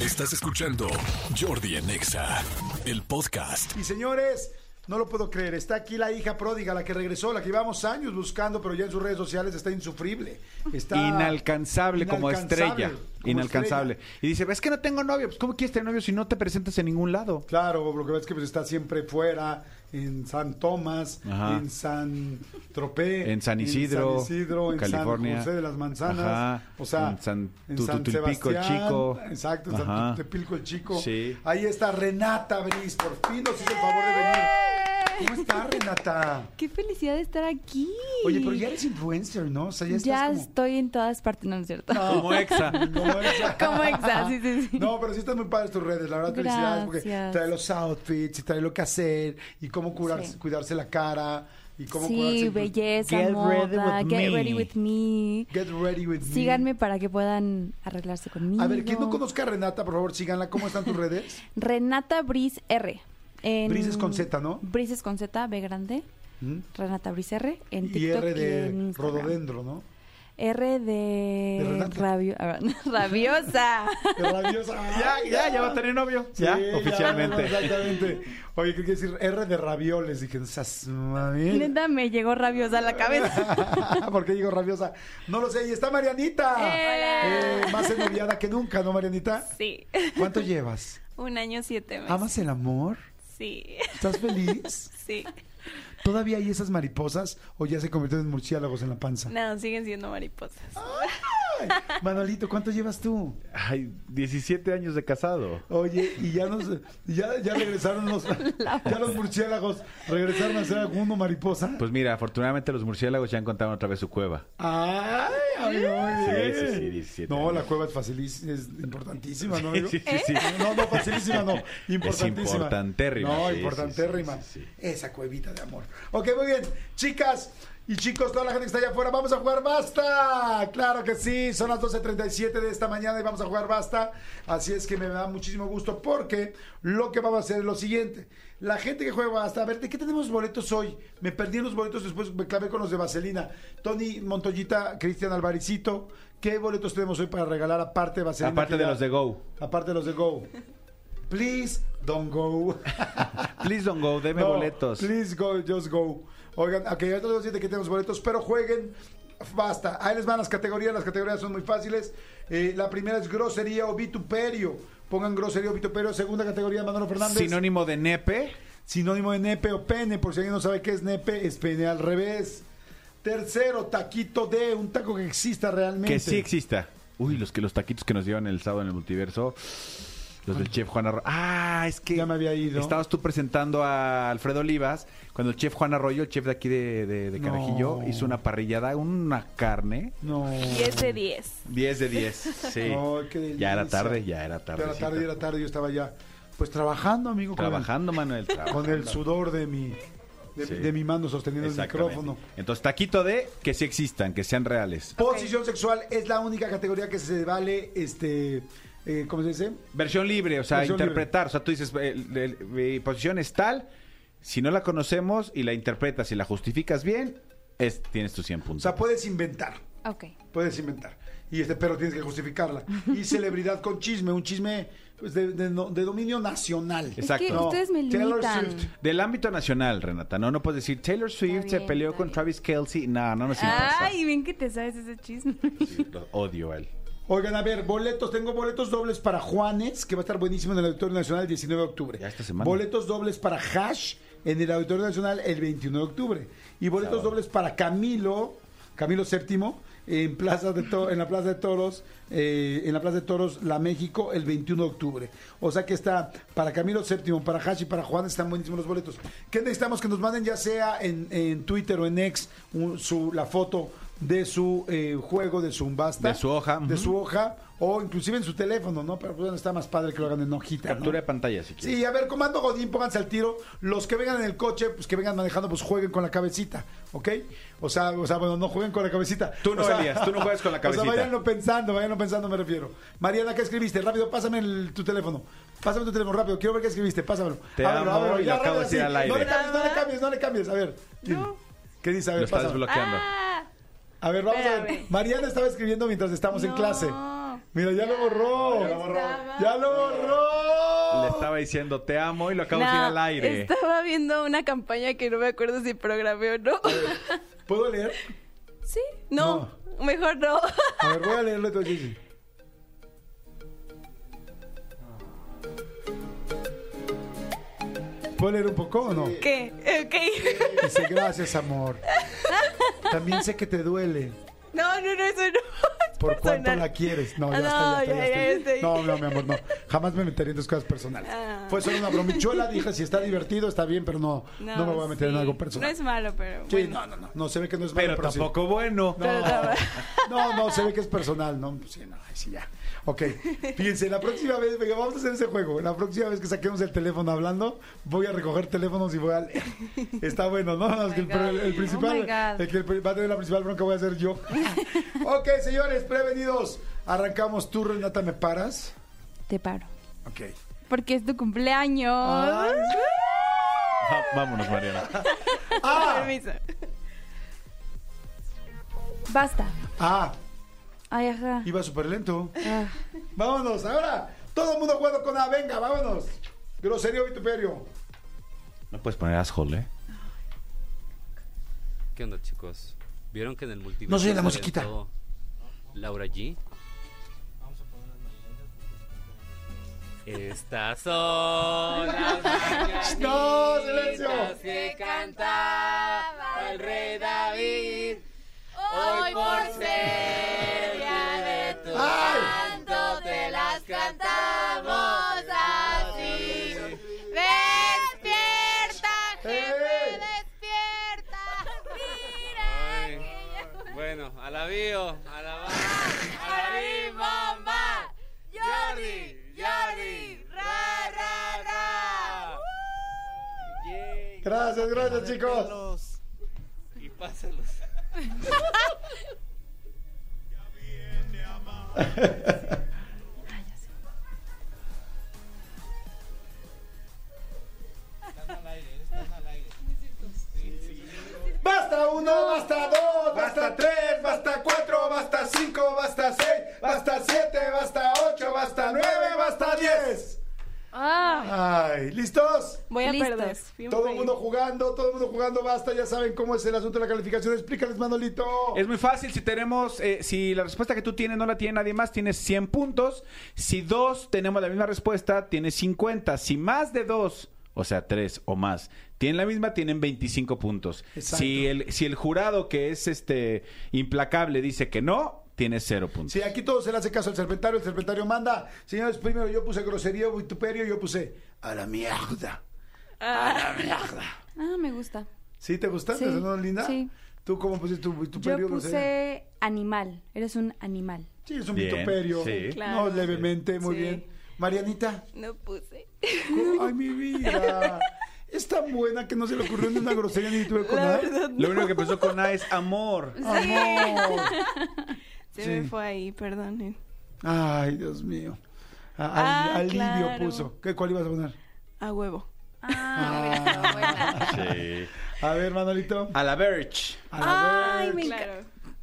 Estás escuchando Jordi en EXA, el podcast. Y señores, no lo puedo creer. Está aquí la hija pródiga, la que regresó, la que llevamos años buscando, pero ya en sus redes sociales está insufrible. Está Inalcanzable, como estrella. como Inalcanzable. estrella. Y dice, es que no tengo novio. Pues, ¿cómo quieres tener novio si no te presentas en ningún lado? Claro, lo que ves es que pues, está siempre fuera, en San Tomás, Ajá. en San Tropé, En San Isidro, en San, Isidro, en California. San José de las Manzanas, Ajá. o sea, En San en Tu- San Tutulpico el Sebastián, Chico. exacto, en San Ajá. Tutulpico el Chico. Sí. Ahí está Renata Briz, por fin nos hizo el favor de venir. ¿Cómo está Renata? ¡Eh! ¡Qué felicidad de estar aquí! Oye, pero ya eres influencer, ¿no? O sea, ya Ya, estás como... estoy en todas partes, no, no es cierto. Como exa. Como exa. Como exa, sí, sí, sí. No, pero sí están muy padres tus redes, la verdad, felicidades, porque Gracias. trae los outfits y trae lo que hacer y cómo curarse- Sí. cuidarse la cara y cómo sí, curarse. belleza, Get moda, ready with get me. ready with me. Get ready with me. Síganme para que puedan arreglarse conmigo. A ver, quien no conozca a Renata, por favor, síganla. ¿Cómo están tus redes? Renata Briz R. En... Briz es con Z, ¿no? Briz es con Z, B grande. ¿Mm? Renata Briz R. En TikTok Y R y en de Instagram. rododendro, ¿no? De R de... Renata. rabio- rabiosa. De rabiosa. Ya, ya, ya va a tener novio. Sí, ya, oficialmente. exactamente. Oye, ¿qué quiere decir? R de ravioles. Dije, "Sas, mami". Neta, me llegó rabiosa a la cabeza. ¿Por qué digo rabiosa? No lo sé. Y está Marianita. ¡Eh! Eh, más envidiada que nunca, ¿no, Marianita? Sí, ¿Cuánto llevas? un año siete meses. ¿Amas el amor? Sí, ¿Estás feliz? sí. ¿Todavía hay esas mariposas o ya se convirtieron en murciélagos en la panza? No, siguen siendo mariposas. Ay, Manolito, ¿cuánto llevas tú? Ay, 17 años de casado. Oye, y ya nos, ya, ya regresaron los, ya los murciélagos, regresaron a ser alguno mariposa. Pues mira, afortunadamente los murciélagos ya encontraron otra vez su cueva. Ay, amigo, muy Sí, bien. sí, sí, 17 No, la años. cueva es facilísima, es importantísima, ¿no? amigo? Sí, sí, sí. No, no, facilísima, no. Importantísima. Es importantérrima, No, sí, sí, importantérrima. sí, sí, sí. Esa cuevita de amor. Ok, muy bien. Chicas y chicos, toda la gente que está allá afuera, vamos a jugar basta. Claro que sí, son las 12.37 de esta mañana y vamos a jugar basta. Así es que me da muchísimo gusto porque lo que vamos a hacer es lo siguiente. La gente que juega basta, a ver, ¿de qué tenemos boletos hoy? Me perdí en los boletos, después me clavé con los de Vaselina. Tony Montoyita, Cristian Alvaricito, ¿qué boletos tenemos hoy para regalar aparte de Vaselina? Aparte que de ya- los de Go. Aparte de los de Go. Please don't go. Please don't go, deme No, boletos. Please go, just go. Oigan, ok, ahorita les voy a decir de que tenemos boletos, pero jueguen. Basta. Ahí les van las categorías. Las categorías son muy fáciles. Eh, la primera es grosería o vituperio. Pongan grosería o vituperio. Segunda categoría, Manolo Fernández. Sinónimo de nepe. Sinónimo de nepe o pene, por si alguien no sabe qué es nepe, es pene al revés. Tercero, taquito de un taco que exista realmente. Que sí exista. Uy, los que los taquitos que nos llevan el sábado en el multiverso. Los del chef Juan Arroyo. Ah, es que. Ya me había ido. Estabas tú presentando a Alfredo Olivas cuando el chef Juan Arroyo, el chef de aquí de, de- de Carajillo, No. hizo una parrillada, una carne. No. 10 de 10. 10 de 10. Sí. Ay, Oh, qué ya era delicia. tarde, ya era tarde. Ya era tarde, ya era tarde, yo estaba ya pues trabajando, amigo, con el- Trabajando, Manuel. con trabajando. el, sudor de mi de, Sí. de mi mano sosteniendo el Exactamente. micrófono. Entonces, taquito de que sí existan, que sean reales. Posición sexual es la única categoría que se vale este eh, ¿cómo se dice? Versión libre, o sea, Versión interpretar. O sea, tú dices, eh, el- el- mi posición es tal, si no la conocemos y la interpretas y la justificas bien, es, tienes tus 100 O puntos. sea, puedes inventar, ok. puedes inventar. Y este pero tienes que justificarla. Y celebridad con chisme, un chisme pues, de, de no- de dominio nacional. Exacto. Es que No, ustedes me Taylor limitan. Swift. Del ámbito nacional, Renata, no, no puedes decir Taylor Swift se bien, peleó está con bien. Travis Kelsey. No, no, no es Ay, bien que te sabes ese chisme. Lo odio a él. Oigan, a ver, boletos, tengo boletos dobles para Juanes, que va a estar buenísimo en el Auditorio Nacional el 19 de octubre. Ya esta semana. Boletos dobles para Hash en el Auditorio Nacional el 21 de octubre. Y boletos Sábado. dobles para Camilo, Camilo VII, en, plaza de To- en la Plaza de Toros, eh, en la Plaza de Toros, La México, el 21 de octubre. O sea que está para Camilo VII, para Hash y para Juanes están buenísimos los boletos. ¿Qué necesitamos que nos manden ya sea en, en Twitter o en X un- su, la foto de su eh, juego, de su basta? De su hoja, De ujú. su hoja, o inclusive en su teléfono, ¿no? Pero pues, está más padre que lo hagan en hojita, ¿no? Captura de pantalla, si quieres. Sí, a ver, comando Godín, pónganse al tiro. Los que vengan en el coche, pues que vengan manejando, pues jueguen con la cabecita, ¿ok? O sea, o sea bueno, no jueguen con la cabecita. Tú no, O sea, Elías, tú no juegas con la O cabecita. sea, váyanlo pensando, váyanlo pensando, me refiero. Mariana, ¿qué escribiste? Rápido, pásame el- tu teléfono. Pásame tu teléfono, rápido. Quiero ver qué escribiste, pásamelo. Te Ábrelo, amo ábrelo, y ya, lo acabo rápido, de decir sí. al aire. No le cambies, no le cambies, no le cambies. A ver, dime. ¿qué dice? A ver, Lo está pásamelo. desbloqueando. Ah, A ver, vamos a ver. Espérame. Mariana estaba escribiendo mientras estamos en No. clase. Mira, ya lo borró. Ya lo borró. Estaba- ¡Ya lo borró! Le estaba diciendo te amo y lo acabo de decir Nah, al aire. Estaba viendo una campaña que no me acuerdo si programé o no. ¿Puedo leer? sí, no, mejor no. A ver, voy a leerlo entonces. Gigi. ¿Puedo leer un poco o no? ¿Qué? Eh, Ok. Dice, gracias, amor. También sé que te duele. No, no, no, eso no. ¿Por cuánto Personal. la quieres? No, ya Ah, está, ya está, no, ya ya, ya está. estoy. No, no, mi amor, no. Jamás me metería en tus cosas personales. Ah. Fue solo una bromichuela, dije, si está divertido, está bien, pero no, no, me voy a meter en sí. algo personal. No es malo, pero. Sí, no, bueno. no, no. No se ve que no es malo, Pero sí. tampoco bueno. Pero No, no, no, se ve que es personal, ¿no? Pues Sí, no, ay, sí, ya. Ok, fíjense, la próxima vez, venga, vamos a hacer ese juego. La próxima vez que saquemos el teléfono hablando, voy a recoger teléfonos y voy a leer. Está bueno, ¿no? Nada más que el, my el Oh my principal, God. el que va a tener la principal bronca voy a ser yo. ok, señores, prevenidos. Arrancamos tú, Renata, ¿me paras? Te paro. Ok. Porque es tu cumpleaños. Ay, Va- Vámonos, Mariana. ah, Permiso. Basta. ah, Ay, ajá. iba súper lento. Ah. Vámonos, ahora. Todo el mundo jugando con A, venga, vámonos. Groserio, vituperio. No puedes poner asshole, ¿eh? ¿Qué onda, chicos? ¿Vieron que en el multiverso. No soy la se musiquita. aventó Laura G. Estas son las mañanitas No, silencio. que cantaba el rey David. Hoy por ser día de tu ¡Ay! santo te las cantamos así. Despierta, ¡Ey! Ay, Bueno, a la bio, a la ba- a la bi- bomba. Jordi, Jordi, ra, ra, ra. Yay. Gracias, gracias, chicos. Y pásalos. Basta uno, basta dos, basta tres, basta cuatro, basta cinco, basta seis, basta siete, basta ocho, basta nueve, basta diez. Ah. Ay, ¿listos? Voy a Listos. perder. Todo el mundo jugando, todo el mundo jugando, basta, ya saben cómo es el asunto de la calificación. Explícales, Manolito. Es muy fácil. Si tenemos, eh, si la respuesta que tú tienes no la tiene nadie más, tienes 100 puntos. Si dos tenemos la misma respuesta, tienes 50. Si más de dos, o sea, tres o más, tienen la misma, tienen 25 puntos. Exacto. Si el, si el jurado que es este implacable dice que no, tienes cero puntos. Sí, aquí todo se le hace caso al serpentario, el serpentario manda. Señores, primero yo puse grosería, vituperio, yo puse a la mierda. A la mierda. Ah, me gusta. ¿Sí te gusta? Sí, ¿Te sonó linda? sí. ¿Tú cómo pusiste tu Yo vituperio, grosería? puse animal. Eres un animal. Sí, es un Bien, vituperio. sí. Claro. No, levemente, muy Sí. bien. Marianita. No puse. Ay, mi vida. Es tan buena que no se le ocurrió ni una grosería ni tuve con La nada. verdad, Lo único que pensó con A es amor. Amor. se sí. me fue ahí, perdonen. Ay, Dios mío. A- al- Ah, alivio claro. puso. ¿Qué, ¿Cuál ibas a poner? A huevo. Ah. A ver, Manolito. A la Verge. A la Ay, ver, me Claro.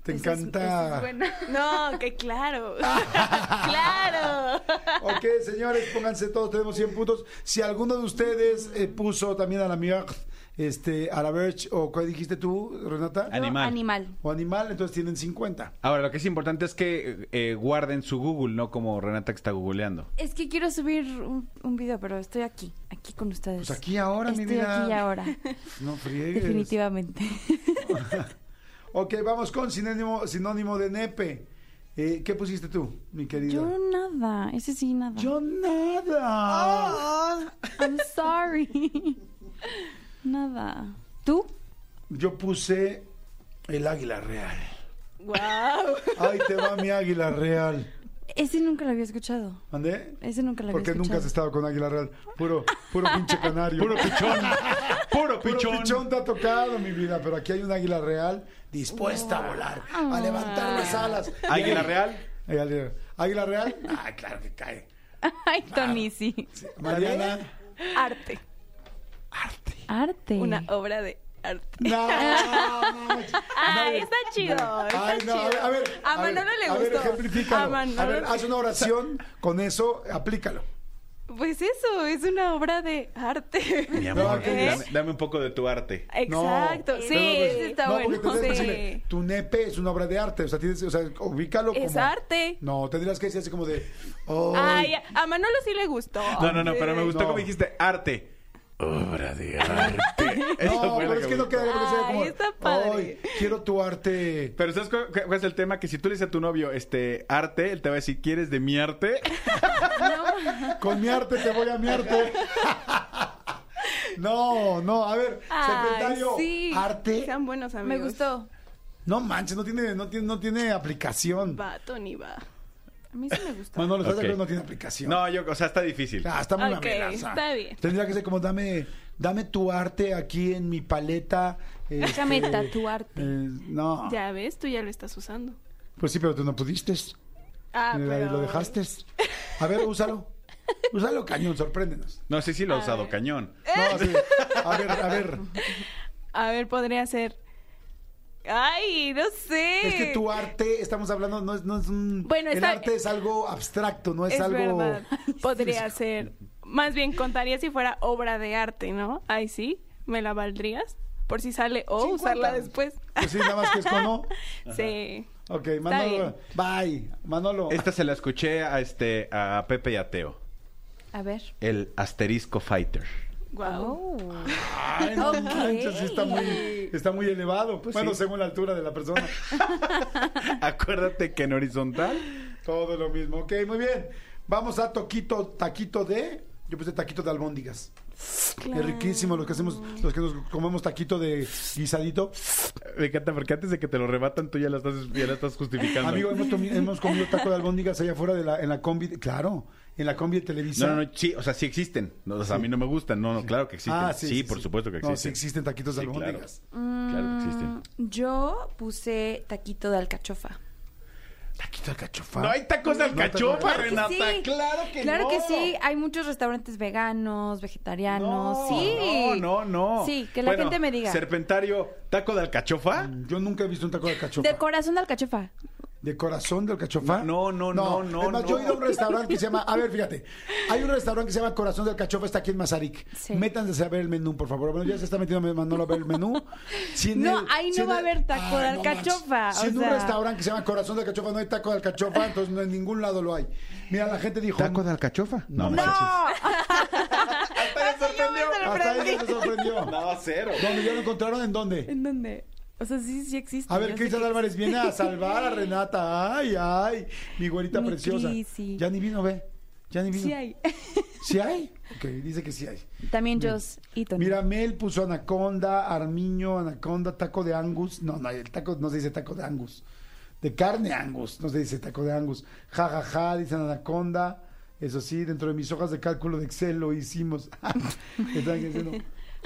Te Esa es- esa encanta. es buena. No, que claro. claro. Ok, señores, pónganse todos, tenemos 100 puntos. Si alguno de ustedes eh, puso también a la mierda, este, a la Verge, o ¿cuál dijiste tú, Renata? Ani- Animal. Animal. O animal, entonces tienen 50. Ahora, lo que es importante es que eh, guarden su Google, no como Renata que está googleando. Es que quiero subir un, un video, pero estoy aquí, aquí con ustedes. Pues aquí ahora, Estoy mi vida. aquí y ahora, No friegues. definitivamente. Ok, vamos con sinónimo, sinónimo de nepe. Eh, ¿Qué pusiste tú, mi querida? Yo nada, ese sí nada. Yo Ah. nada. I'm sorry. nada. ¿Tú? Yo puse el águila real. Wow. Ahí te va mi águila real. Ese nunca lo había escuchado. ¿Andé? Ese nunca lo había Porque nunca has escuchado. estado con águila real. Puro, puro pinche canario. puro pichón. Puro Puro pichón. pichón te ha tocado, mi vida. Pero aquí hay un águila real dispuesta a volar, a levantar las Ah. alas. Águila Real. Águila, águila real. Ah, claro que cae. Ay, Tony, sí. Mariana. Arte. Arte. Una obra de arte. No, manches. Ay, Ah, está chido. Está Ay, no, a ver, chido. a ver. A Manolo ver, le A ver, gustó. ejemplifícalo. A Manolo A ver, le- haz una oración con eso, aplícalo. Pues eso, es una obra de arte. eh, Mi amor, ¿Eh? dame, dame un poco de tu arte. Exacto. No, sí, pero no, pues, ese está no, bueno. porque tendrías que Sí. decirle, tu nepe es una obra de arte, o sea, tienes, o sea, ubícalo como... Es arte. No, tendrías que decir así como de... "Ay, Ay, a Manolo sí le gustó. No, no, no, pero me gustó No. como dijiste arte. Obra de arte. Eso no, fue lo pero es que no me gustó. quedaría porque sería Ay, como... está padre. "Ay, quiero tu arte. Pero ¿sabes cu- cu- cuál, es el tema? Que si tú le dices a tu novio este arte, él te va a decir, ¿quieres de mi arte? Con mi arte te voy a mi arte. No, no, a ver, Ay, secretario, sí. arte. Sean buenos Me amigos. gustó. No manches, no tiene, no tiene, no tiene aplicación. Va, Tony, va. A mí sí me gustó. Manolo, ¿estás de Ok. acuerdo? No tiene aplicación. No, yo, o sea, está difícil. Ah, está muy Ok, mamelaza. está bien. Tendría que ser como dame, dame tu arte aquí en mi paleta. este, Déjame tatuarte. eh, no. Ya ves, tú ya lo estás usando. Pues sí, pero tú no pudiste. Ah, Eh, pero... Lo dejaste. A ver, úsalo. Úsalo, cañón, sorpréndenos. No, sí, sí lo ha A usado ver. cañón. No, sí. A ver, a ver. A ver, podría ser... Ay, no sé. Es que tu arte, estamos hablando, no es, no es un. Bueno, el está- arte es algo abstracto, no es, Es algo. verdad. Podría ser... Más bien, contaría si fuera obra de arte, ¿no? Ay, sí. ¿Me la valdrías? Por si sale o usarla después. Pues sí, nada más que es con no. Sí. Ok, Manolo. bien. Bye. Manolo. Esta se la escuché a, este, a Pepe y a Teo. A ver. El asterisco fighter. Wow. Oh. Ay, Ah, no Ok. manches, sí está muy, está muy elevado. Pues bueno, sí. según la altura de la persona. Acuérdate que en horizontal... Todo lo mismo. Ok, muy bien. Vamos a toquito, taquito de. Yo puse taquito de albóndigas. Es riquísimo los que hacemos, los que nos comemos taquito de guisadito. Me encanta porque antes de que te lo rebatan tú ya la estás, ya la estás justificando. Amigo, hemos, comi- hemos comido taco de albóndigas allá afuera de la, en la combi, de- claro, en la combi de No, televisión. no, no, sí, o sea, sí existen. No, o sea, a mí no me gustan. No, no, claro que existen. Ah, sí, por supuesto que existen. No, sí existen taquitos de Sí, claro. albóndigas. Claro que existen. Mm, Yo puse taquito de alcachofa. Taquito de alcachofa. No hay tacos de No, no, alcachofa, taco que Renata. sí. Claro que Claro no. que sí, hay muchos restaurantes veganos, vegetarianos, sí. No, no, no. Sí, que la Bueno, gente me diga. Serpentario, taco de alcachofa. Yo nunca he visto un taco de alcachofa. De De, corazón de alcachofa. corazón de alcachofa? No, no, no, no, Es más, no. yo he ido a un restaurante que se llama. A ver, fíjate. Hay un restaurante que se llama Corazón de Alcachofa, está aquí en Mazarik. Sí. Métanse a ver el menú, por favor. Bueno, ya se está metiendo Manolo a ver el menú. Si en No, el- ahí no si en va a el- haber taco de Ay, no manches. alcachofa, Si o en un sea. restaurante que se llama Corazón de Alcachofa no hay taco de alcachofa, entonces no en ningún lado lo hay. Mira, la gente dijo. ¿Taco de alcachofa? No, No. Hasta me sorprendió. Hasta ella se sorprendió. No, cero. ¿Dónde ya lo encontraron? ¿En dónde? ¿En dónde? O sea, sí, sí existe. A ver, yo sé Cristian que Álvarez existe. viene a salvar a Renata. Ay, ay, mi güerita Mi preciosa. Cris, sí. Ya ni vino, ve. Ya ni vino. Sí hay. ¿Sí hay? Ok, dice que sí hay. También Joss y Tony. Mira, Mel puso anaconda, armiño, anaconda, taco de angus. No, no, el taco no se dice taco de angus. De carne angus, no se dice taco de angus. Ja, ja, ja, dicen anaconda. Eso sí, dentro de mis hojas de cálculo de Excel lo hicimos. Están diciendo,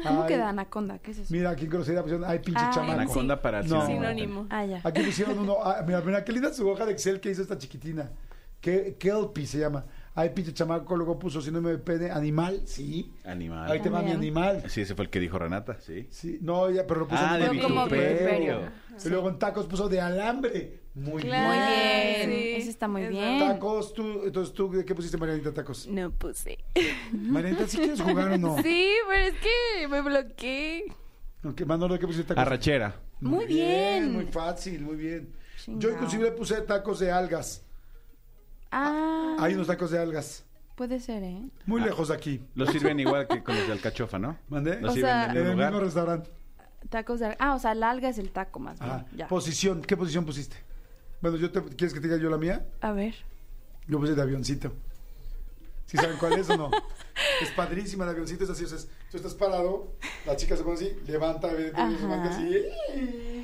¿Cómo ay, queda anaconda? ¿Qué es eso? Mira, aquí en grosería pusieron, ay, pinche Ay, chamaco. Anaconda para el Ah, No. Sinónimo. Ah, ya. Aquí pusieron uno. ah, mira, mira, qué linda su hoja de Excel que hizo esta chiquitina. Que, Kelpie se llama. Ay, pinche chamaco, luego puso, si no me pede, animal, sí. Animal. Ahí te va mi También. animal. Sí, ese fue el que dijo Renata, sí. Sí, no, ya, pero lo puso Ah, de animal. Como vituperio. vituperio. Y luego en tacos puso de alambre. Muy Muy Claro. bien. bien. Sí, Ese está muy es bien. Tacos, tú, entonces tú, ¿qué pusiste, Marianita, tacos? No puse. Marianita, ¿sí quieres jugar o no? Sí, pero es que me bloqueé. Ok, Manolo, ¿qué pusiste, tacos? Arrachera. Muy bien. Muy fácil, muy bien. Yo Chingao. inclusive le puse tacos de algas. Ah, Hay unos tacos de algas. puede ser, ¿eh? Muy lejos de aquí. Los sirven igual que con los de alcachofa, ¿no? ¿Mandé? Los O sirven sea- en En el el lugar. mismo restaurante. Tacos de... Ah, o sea, la alga es el taco más bien. Ajá. Pues Ya. Posición, ¿qué posición pusiste? Bueno, yo te, ¿quieres que te diga yo la mía? A ver. Yo puse de avioncito. ¿Sí saben cuál es o no? Es padrísima, el avioncito es así, o sea, es- tú estás parado, la chica se pone así, levanta, ve, te Ajá. se manda así.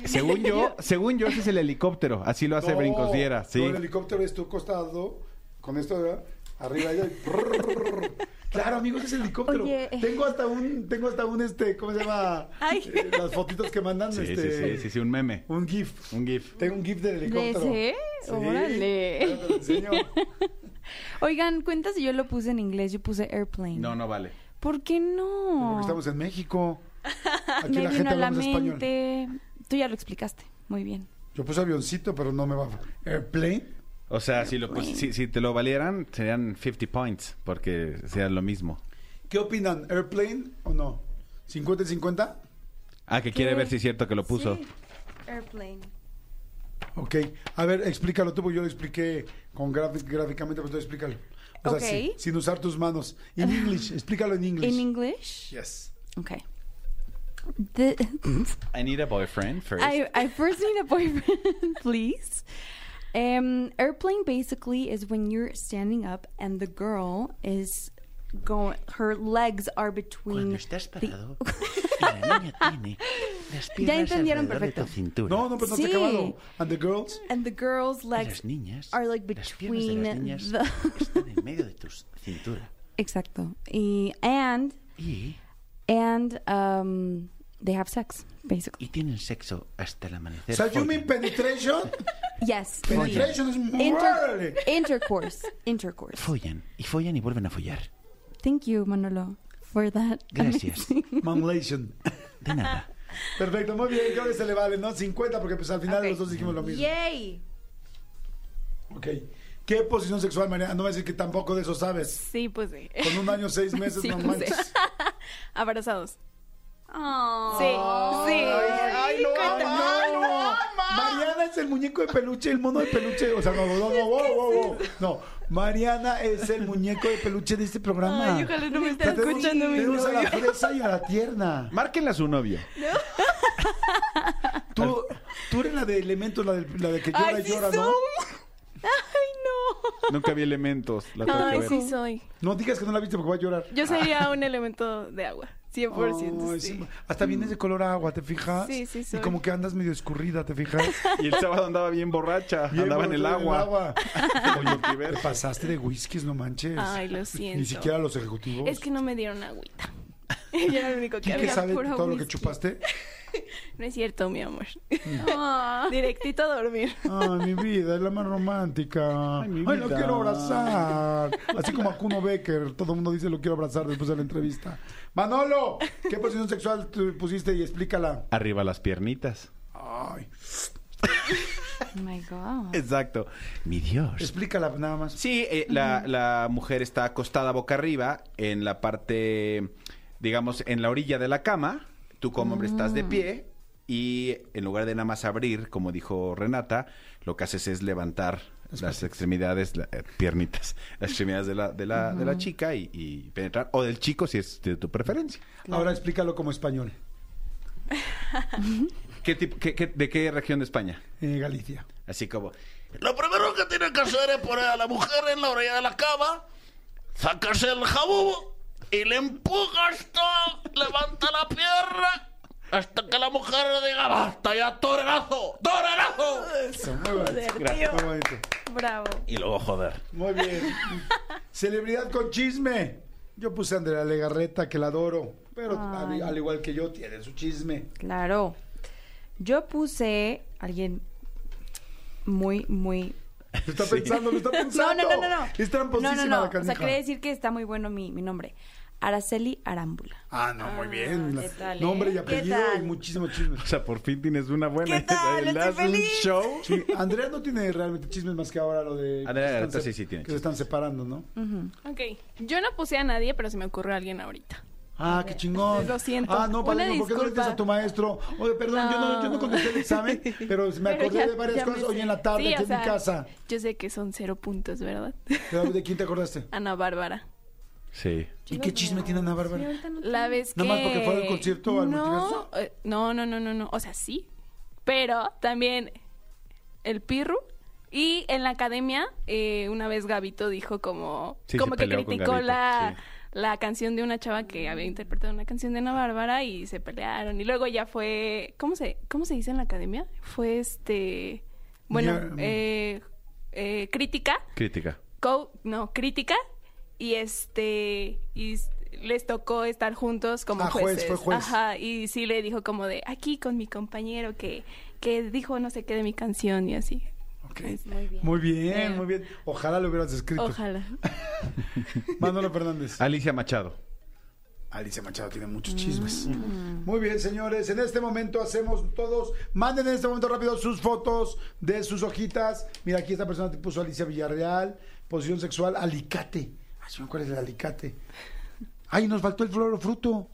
Según yo, según yo, ese es el helicóptero. Así lo hace No, Brincos Diera, sí. no, el helicóptero es tu costado, con esto, ¿verdad? Arriba ella y prrrr. Claro, amigos, es el helicóptero. Oye. Tengo hasta un, tengo hasta un, este, ¿cómo se llama? Ay. Eh, las fotitos que mandan, Sí, sí, este, sí, sí, sí, un meme. un GIF. Un GIF. Tengo un GIF del ¿De helicóptero. ese? Sí, ahora Órale. te lo enseño. Oigan, cuenta si yo lo puse en inglés. Yo puse airplane. No, no vale. ¿Por qué no? Porque estamos en México. Aquí me la vino gente a la hablando español. mente. Tú ya lo explicaste muy bien. Yo puse avioncito, pero no me va. Airplane. O sea, si, lo, pues, si, si te lo valieran, serían 50 points, porque sería lo mismo. ¿Qué opinan? ¿Airplane o no? ¿50 y 50? Ah, que quiere ¿Qué? ver si es cierto que lo puso. Sí. Airplane. Ok. A ver, explícalo tú, porque yo lo expliqué con grafi- gráficamente, pero tú explícalo. O sea, Ok. sí, sin usar tus manos. En English, explícalo en English. In English? Yes. Okay. The, I need a boyfriend first. I, I first need a boyfriend, please. Um, airplane basically is when you're standing up and the girl is going, her legs are between. the- Ya entendieron perfecto. No, no, pero no te he Sí. acabado. And the girls. And the girl's legs Las niñas, are like las piernas de between las niñas the. están en medio de tu cintura. Exacto. Y, and Y, and um, they have sex basically. y tienen sexo hasta el amanecer. O sea, you follan. mean penetration? Yes. penetration es Inter- muérale. intercourse. Intercourse. Follan, y follan y vuelven a follar. Thank you, Manolo, for that. Gracias. amazing- Manglation. De nada. Perfecto, muy bien. Creo que se le vale, ¿no? 50, porque pues al final Ok. los dos dijimos lo mismo. Yay. Ok. ¿Qué posición sexual, María? Ah, No me decir que tampoco de eso sabes. Sí, pues sí. Con un año, seis meses, Sí, no pues, sí. manches. Abrazados. Aww. Sí, sí. Ay, no, Cuéntame. ay, no. Mariana es el muñeco de peluche, el mono de peluche. O sea, no, no, no, wow, wow, wow. No, Mariana es el muñeco de peluche de este programa. Ay, ojalá no me esté Tenemos- escuchando mi Tenemos a novio. la fresa y a la tierna. Márquenle a su novio. Tú, tú eres la de elementos, la de, la de que llora Ay, y sí llora, ¿no? soy. Ay, Nunca vi elementos. La tengo no. que Ay, ver. sí soy. No digas que no la viste porque va a llorar. Yo sería un elemento de agua, 100%. Ay, sí. Mm. sí. Hasta vienes de color agua, ¿te fijas? Sí, sí, Y soy. como que andas medio escurrida, ¿te fijas? Y el sábado andaba bien borracha. Bien, andaba bueno, en el tú agua. Con Te multiverso. pasaste de whiskies, no manches. Ay, lo Ni siento. siquiera los ejecutivos. Es que no me dieron agüita. Yo era el único que ¿Quién que había sabe puro todo lo que whisky. chupaste? No es cierto, mi amor. Mm. Oh Directito a dormir. Ay, mi vida, es la más romántica. Ay, Ay, mi lo vida. quiero abrazar. Así como a Kuno Becker, todo el mundo dice lo quiero abrazar después de la entrevista. Manolo, ¿qué posición sexual te pusiste y explícala? Arriba las piernitas. Ay, Oh my Ah. god. Exacto. Mi Dios. explícala nada más. Sí, eh, la, la mujer está acostada boca arriba en la parte, digamos, en la orilla de la cama. Tú como hombre estás de pie y en lugar de nada más abrir, como dijo Renata, lo que haces es levantar las extremidades, la- eh, piernitas, las extremidades de la, de la, de la chica y, y penetrar, o del chico si es de tu preferencia. Ahora explícalo como español. ¿Qué tipo- qué- qué- ¿De qué región de España? Eh, Galicia. Así como, Lo primero que tiene que hacer es poner a la mujer en la orilla de la cama, sacas el jabón y le empujas todo, levanta la pierna hasta que la mujer le diga basta ya, torerazo, torerazo. Eso, muy bonito. Divertido. Muy bonito. Bravo. y luego Oh, joder. Muy bien. Celebridad con chisme. Yo puse a Andrea Legarreta, que la adoro. Pero al, Ay. al igual que yo, tiene su chisme. Claro. Yo puse a alguien muy, muy. Lo está pensando, lo está No, pensando. no, no, no, no. Es tramposísima No, no, no. la O sea, canija. quería decir que está muy bueno mi, mi nombre. Araceli Arámbula. Ah, no, muy bien. ¿qué tal, Nombre eh? y ¿Qué apellido y tal? muchísimo chisme. O sea, por fin tienes una buena. ¿Qué tal? Le Estoy das un feliz. show. Sí, Andrea no tiene realmente chismes más que ahora lo de... Andrea que se Legarreta están se- sí, sí tiene Que se están separando, ¿no? Mm. Ok. Yo no puse a nadie, pero se me ocurrió alguien ahorita. Ah, qué chingón. Lo siento. Ah, no, Una padrino, ¿por qué no le dices disculpa. a tu maestro? Oye, perdón, Yo, no, yo no contesté el examen, pero me Pero acordé ya- de varias ya me cosas hoy sé. en la tarde Sí, aquí o en mi sea, casa. Yo sé que son cero puntos, ¿verdad? Pero, ¿De quién te acordaste? Ana Bárbara. Sí. ¿Y qué chisme tiene Ana Bárbara? La vez que... ¿Nada más porque fue al concierto, al multiverso? no, eh, no, no, no, no, no. O sea, sí. Pero también el Pirru. Y en la academia, eh, una vez Gabito dijo como... Sí, se como que peleó con criticó Gabito, la, sí. la canción de una chava que había interpretado una canción de Ana Bárbara y se pelearon. Y luego ya fue... ¿Cómo se, cómo se dice en la academia? Fue este... Bueno, Ya, mm. eh, eh, crítica Crítica. co- no, crítica y este y s- les tocó estar juntos como Ah, juez, jueces. fue juez. Ajá, y sí le dijo como de aquí con mi compañero que que dijo no sé qué de mi canción y así. Ok. Muy bien. Muy bien, muy bien. pues, Ojalá lo hubieras escrito. Ojalá. Manolo Fernández. Alicia Machado. Alicia Machado tiene muchos Mm. chismes. Muy bien, señores. En este momento hacemos todos. Manden en este momento rápido sus fotos de sus hojitas. Mira, aquí esta persona te puso Alicia Villarreal. Posición sexual, alicate. Ay, señor, ¿cuál es el alicate? Ay, nos faltó el flor fruto.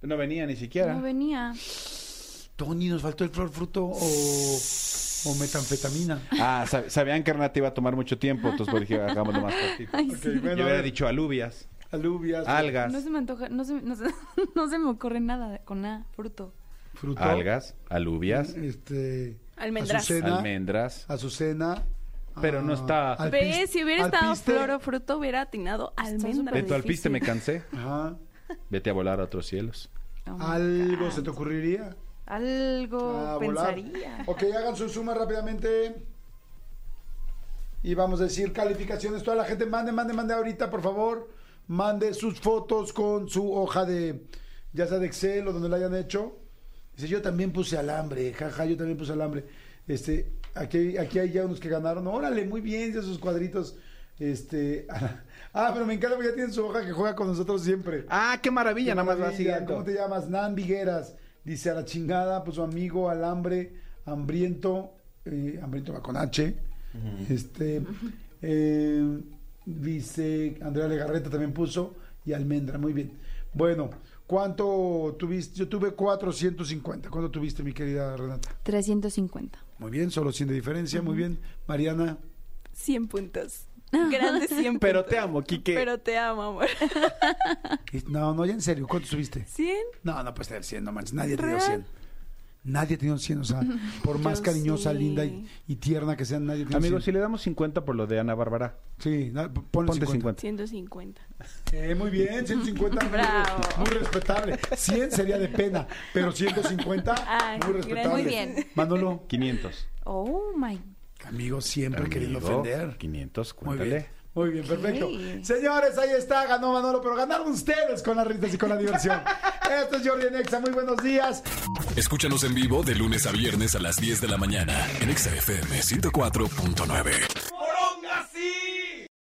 No venía ni siquiera. No venía. Tony, nos faltó el flor fruto o, o metanfetamina. Ah, sab- sabían que Renata iba a tomar mucho tiempo, entonces pues, dije, hagámoslo más cortito. Ay, Ok, sí. Yo bueno, a hubiera ver, dicho alubias, alubias, algas, No se me antoja, no se, no se- no se me ocurre nada con nada, fruto. fruto, algas, alubias, este, Almendras. azucena, almendras. azucena. Pero no ah, está- alpis- Ve, si hubiera estado alpiste. flor o fruto, hubiera atinado De almendras. tu alpiste me cansé. Ajá. Vete a volar a otros cielos. Oh my Algo God. se te ocurriría. Algo Ah. a volar. pensaría. Ok, hagan su suma rápidamente. Y vamos a decir calificaciones. Toda la gente mande, mande, mande ahorita, por favor. Mande sus fotos con su hoja de, ya sea de Excel o donde la hayan hecho. Dice, yo también puse alambre, jaja, yo también puse alambre. Este, aquí, aquí hay ya unos que ganaron. Órale, muy bien, ya sus cuadritos. Este, ah, pero me encanta porque ya tienen su hoja que juega con nosotros siempre. Ah, qué maravilla, Qué nada más va maravilla, siguiendo. ¿Cómo te llamas? Nan Vigueras. Dice a la chingada, pues su amigo, alambre, hambriento. eh, hambriento va con H. Este. eh, dice Andrea Legarreta también puso. Y almendra, muy bien. Bueno, ¿cuánto tuviste? Yo tuve 450. ¿Cuánto tuviste, mi querida Renata? 350. Muy bien, solo 100 de diferencia. Muy bien. Mariana, 100 puntos. Grandes 100 Pero puntos. te amo, Quique. Pero te amo, amor. es- no, no, ya en serio, ¿cuánto tuviste? 100. No, no puedes tener 100, no manches. Nadie ha tenido ¿Real? 100. Nadie ha tenido 100, o sea, por más Yo cariñosa, sí. linda y, y tierna que sean, nadie tiene Amigos, si 100. le damos 50 por lo de Ana Bárbara. Sí, na- ponle Ponte 50. 50. 150. Eh, muy bien, 150. muy- Bravo. Muy, respetable. 100 sería de pena, pero 150, Ay, muy respetable. muy bien. Manolo, 500. Oh my. amigos, siempre Amigo, queriendo ofender. 500, Muy cuéntale. bien. Muy bien, perfecto. Ok. Señores, ahí está, ganó Manolo, pero ganaron ustedes con las risas y con la diversión. Esto es Jordi Nexa, muy buenos días. Escúchanos en vivo de lunes a viernes a las 10 de la mañana en Exa FM 104.9.